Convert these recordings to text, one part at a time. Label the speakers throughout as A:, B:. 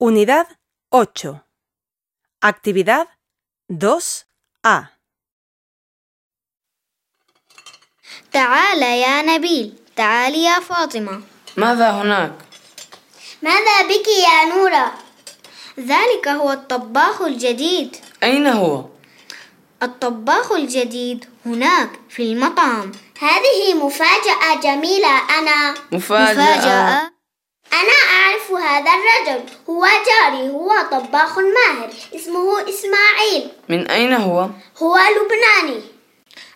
A: Unidad 8. Actividad 2A.
B: تعال يا نبيل تعال يا فاطمة
C: ماذا هناك؟
B: ماذا بك يا نورة؟ ذلك هو الطباخ الجديد
C: أين هو؟
B: الطباخ الجديد هناك في المطعم هذه مفاجأة جميلة أنا
C: مفاجأة.
B: أنا أعرف هذا الرجل هو جاري هو طباخ ماهر اسمه إسماعيل
C: من أين هو؟
B: هو لبناني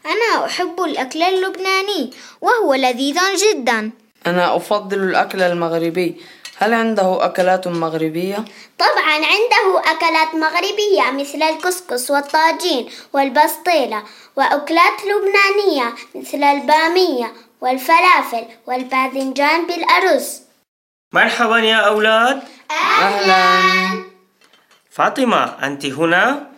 B: أنا أحب الأكل اللبناني وهو لذيذ جدا
C: أنا أفضل الأكل المغربي هل عنده أكلات مغربية؟
B: طبعا عنده أكلات مغربية مثل الكسكس والطاجين والبسطيلة وأكلات لبنانية مثل البامية والفلافل والباذنجان بالأرز
D: مرحبا يا أولاد
C: أهلا
D: فاطمة أنت هنا؟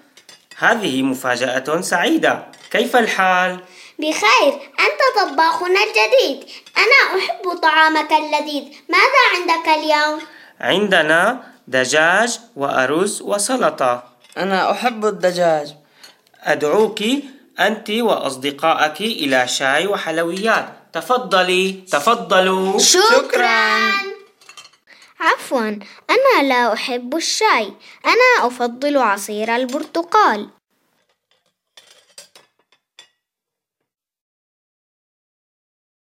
D: هذه مفاجأة سعيدة كيف الحال؟
B: بخير أنت طباخنا الجديد أنا أحب طعامك اللذيذ ماذا عندك اليوم؟
D: عندنا دجاج وأرز وسلطة
C: أنا أحب الدجاج
D: أدعوك أنت وأصدقائك إلى شاي وحلويات تفضلي تفضلوا
B: عفوا أنا لا أحب الشاي أنا أفضل عصير البرتقال